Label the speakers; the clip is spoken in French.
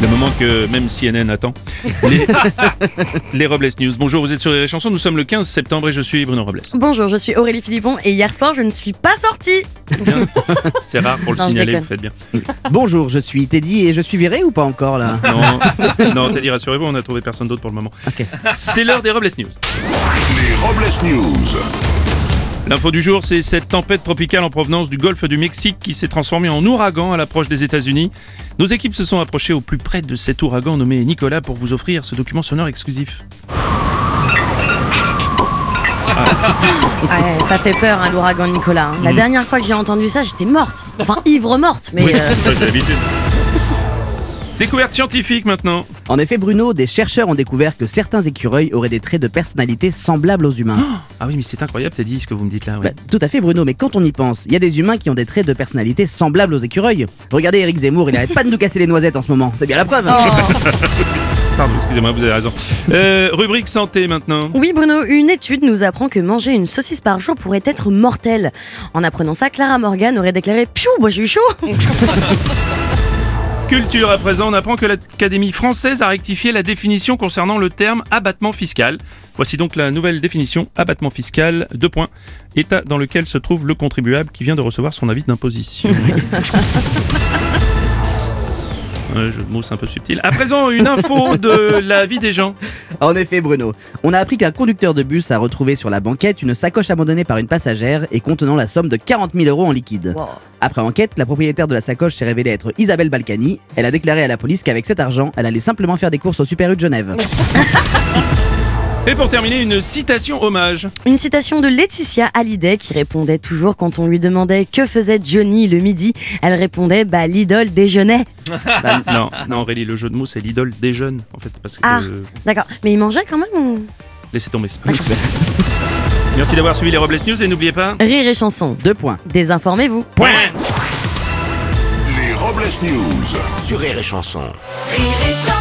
Speaker 1: Le moment que même CNN attend. Les, les Robles News. Bonjour, vous êtes sur les chansons. Nous sommes le 15 septembre et je suis Bruno Robles.
Speaker 2: Bonjour, je suis Aurélie Philippon et hier soir je ne suis pas sortie.
Speaker 1: Bien. C'est rare pour le
Speaker 2: Non, je
Speaker 1: signaler,
Speaker 2: déconne.
Speaker 1: vous faites bien.
Speaker 3: Bonjour, je suis Teddy et je suis viré ou pas encore là
Speaker 1: Non, non t'as dit, rassurez-vous, on a trouvé personne d'autre pour le moment.
Speaker 3: Ok.
Speaker 1: C'est l'heure des Robles News.
Speaker 4: Les Robles News.
Speaker 1: L'info du jour, c'est cette tempête tropicale en provenance du golfe du Mexique qui s'est transformée en ouragan à l'approche des États-Unis. Nos équipes se sont approchées au plus près de cet ouragan nommé Nicolas pour vous offrir ce document sonore exclusif.
Speaker 2: Ouais, ça fait peur, hein, l'ouragan de Nicolas. hein. La dernière fois que j'ai entendu ça, j'étais morte. Enfin, ivre morte, mais. euh,
Speaker 1: Ça, j'ai l'habitude. Découverte scientifique maintenant.
Speaker 3: En effet, Bruno, des chercheurs ont découvert que certains écureuils auraient des traits de personnalité semblables aux humains.
Speaker 1: Ah oui, mais c'est incroyable, t'as dit ce que vous me dites là. oui.
Speaker 3: Bah, tout à fait, Bruno, mais quand on y pense, il y a des humains qui ont des traits de personnalité semblables aux écureuils. Regardez Eric Zemmour, il arrête pas de nous casser les noisettes en ce moment, c'est bien la preuve
Speaker 2: oh.
Speaker 1: Pardon, excusez-moi, vous avez raison. Euh, rubrique santé maintenant.
Speaker 2: Oui, Bruno, une étude nous apprend que manger une saucisse par jour pourrait être mortel. En apprenant ça, Clara Morgan aurait déclaré Piou, moi j'ai eu chaud
Speaker 1: Culture à présent, on apprend que l'Académie française a rectifié la définition concernant le terme abattement fiscal. Voici donc la nouvelle définition abattement fiscal, deux points, état dans lequel se trouve le contribuable qui vient de recevoir son avis d'imposition. Un jeu de mots, c'est un peu subtil. À présent, une info de la vie des gens.
Speaker 3: En effet, Bruno, on a appris qu'un conducteur de bus a retrouvé sur la banquette une sacoche abandonnée par une passagère et contenant la somme de 40 000 euros en liquide.
Speaker 2: Wow.
Speaker 3: Après enquête, la propriétaire de la sacoche s'est révélée être Isabelle Balkany. Elle a déclaré à la police qu'avec cet argent, elle allait simplement faire des courses au Super U de Genève.
Speaker 1: Et pour terminer, une citation hommage.
Speaker 2: Une citation de Laetitia Hallyday qui répondait toujours quand on lui demandait Que faisait Johnny le midi Elle répondait Bah, l'idole déjeunait.
Speaker 1: Bah, non, non, Aurélie, le jeu de mots, c'est l'idole des jeunes, en fait, parce que euh,
Speaker 2: Ah. D'accord, mais il mangeait quand même ou-
Speaker 1: Laissez tomber. c'est pas possible. Merci d'avoir suivi les Robles News et n'oubliez pas.
Speaker 2: Rire et chanson.
Speaker 3: Deux points.
Speaker 2: Désinformez-vous.
Speaker 4: Les Robles News.
Speaker 5: Sur Rire et Chanson.
Speaker 6: Rire et chanson.